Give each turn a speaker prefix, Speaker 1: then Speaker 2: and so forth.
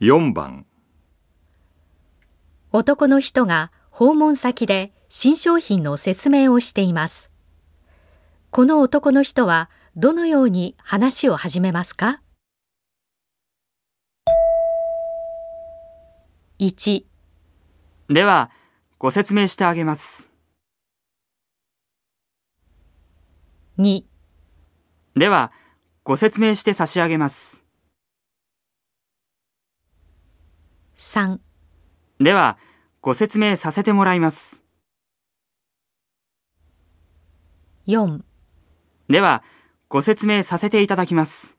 Speaker 1: 4番
Speaker 2: 男の人が訪問先で新商品の説明をしています。この男の人はどのように話を始めますか ?1、
Speaker 3: では、ご説明してあげます。
Speaker 2: 2、
Speaker 3: では、ご説明して差し上げます。
Speaker 2: 3、
Speaker 3: では、ご説明させてもらいます。
Speaker 2: 4
Speaker 3: では、ご説明させていただきます。